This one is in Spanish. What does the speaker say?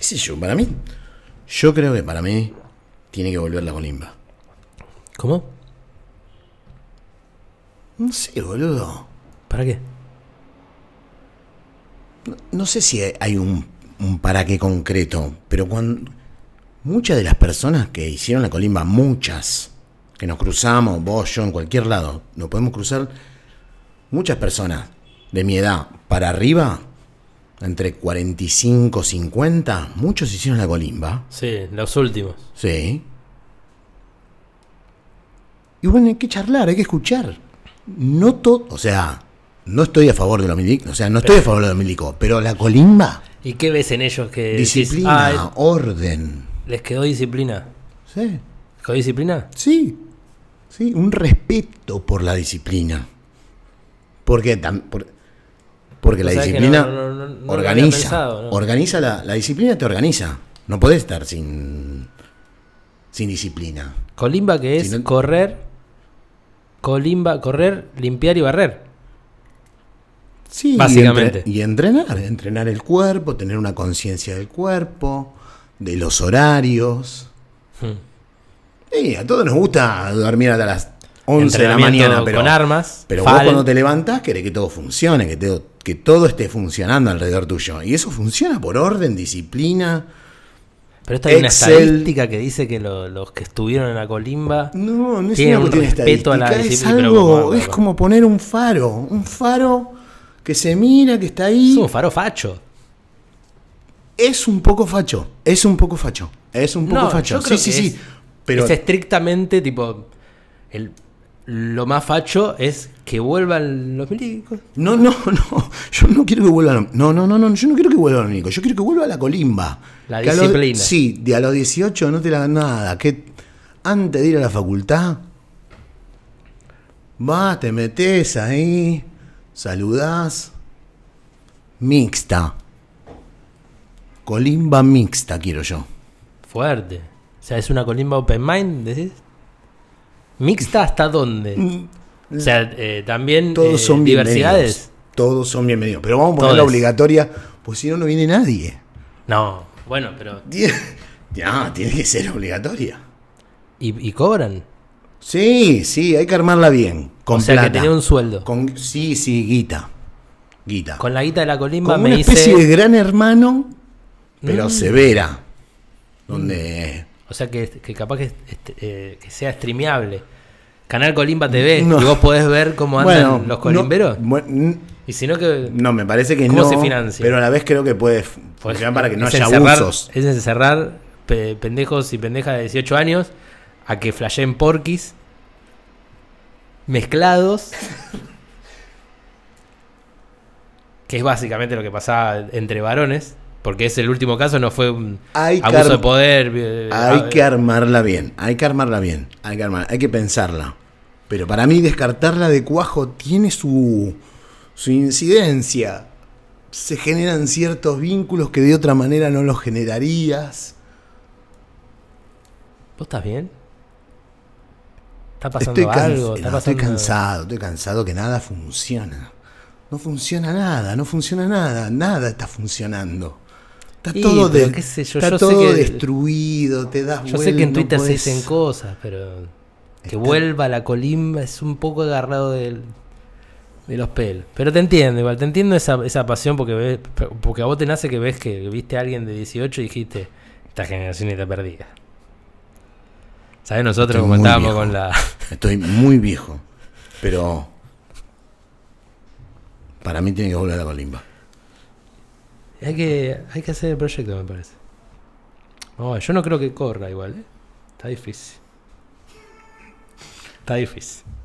sé yo? Para mí, yo creo que para mí tiene que volver la colimba. ¿Cómo? No sé, boludo. ¿Para qué? No, no sé si hay un, un para qué concreto, pero cuando muchas de las personas que hicieron la colimba, muchas, que nos cruzamos, vos, yo, en cualquier lado, nos podemos cruzar, muchas personas de mi edad para arriba, entre 45, 50, muchos hicieron la colimba. Sí, los últimos. Sí. Y bueno, hay que charlar, hay que escuchar. No todo, o sea, no estoy a favor de los milicos, o sea, no estoy a favor de los milicos, pero la colimba, ¿Y qué ves en ellos que decís, disciplina, "Ah, orden. les quedó disciplina? Sí. ¿Les quedó disciplina? Sí, sí, un respeto por la disciplina. Porque, tam- por- porque la O sea que disciplina no- no- no- no lo había organiza. pensado, ¿no? Organiza la, la disciplina, te organiza. No podés estar sin, sin disciplina. Colimba que es Si no- correr, colimba, correr, limpiar y barrer. Sí, y Básicamente. entre- Y, entrenar, entrenar el cuerpo, tener una conciencia del cuerpo, de los horarios. Hmm. Sí, a todos nos gusta dormir hasta las 11 de la Entrenamiento mañana, pero con armas, Pero vos Fallen. cuando te levantás querés que todo funcione, que, te- que todo esté funcionando alrededor tuyo. Y eso funciona por orden, disciplina. Pero esta hay una Excel. estadística que dice que lo- los que estuvieron en la colimba. No, no es Tiene una un cuestión respeto a la estadística, es disciplina, algo, pero como- es como poner un faro, un faro que se mira, que está ahí. Es un faro facho. Es un poco facho, es un poco facho, es un poco No, facho. yo creo sí, que sí, es- este sí. Pero es estrictamente tipo. el- lo más facho es que vuelvan los milicos. no, no, no. Yo no quiero que vuelva a lo- No, no, no, no. Yo no quiero que vuelva a lo único. Yo quiero que vuelva a la colimba. La Que a los- disciplina. sí, de a los 18 no te la dan nada. Que antes de ir a la facultad, vas, te metes ahí, saludás. Mixta. Colimba mixta quiero yo. Fuerte. O sea, es una colimba open mind, decís. ¿Mixta hasta dónde? O sea, eh, también Mm. Todos eh, son bienvenidos. diversidades. Todos son bienvenidos. Pero vamos a poner la Todes. obligatoria, pues si no, no viene nadie. No, bueno, pero. Tiene- Ya, tiene que ser obligatoria. ¿Y, y cobran? Sí, sí, hay que armarla bien. Con o sea, plata. que tenía un sueldo. Con, Con, sí, sí, guita. Guita. la guita de la colimba Como me una especie hice. Mm. de gran hermano, pero severa. Donde. O sea, que, que capaz que, este, eh, que sea streameable. Canal Colimba TV. No. Y vos podés ver cómo andan Bueno, los colimberos. No, bueno, Y si no, que. no, me parece que ¿Cómo no. se financia? Pero a la vez creo que puede f- Pues, funcionar para que no es haya encerrar- abusos. Es encerrar pe- pendejos y pendejas de 18 años a que flasheen porquis mezclados. que es básicamente lo que pasaba entre varones. Porque es el último caso, no fue un Hay que abuso de arm- poder. eh, Hay a- que armarla bien, hay que armarla bien, hay que armar, hay que pensarla. Pero para mí descartarla de cuajo tiene su su incidencia. Se generan ciertos vínculos que de otra manera no los generarías. ¿Vos estás bien? ¿Está pasando Estoy, can- algo? ¿Está no, estoy pasando- cansado, estoy cansado que nada funciona. No funciona nada, no funciona nada, nada está funcionando. Está Y, todo, pero de- qué sé yo, está yo sé todo que- destruido, te das Yo sé que en Twitter se dicen cosas cosas, pero que vuelva la colimba es un poco agarrado del, de los pelos. Pero te entiendo, igual, te entiendo esa, esa pasión porque ves, porque a vos te nace que ves que viste a alguien de 18 y dijiste, esta generación está perdida. ¿Sabes? Nosotros Estoy muy como estábamos viejo. con la... Estoy muy viejo, pero para mí tiene que volver a la colimba. hay, que, hay que hacer el proyecto, me parece. No, yo no creo que corra igual, ¿eh? Está difícil. Está difícil.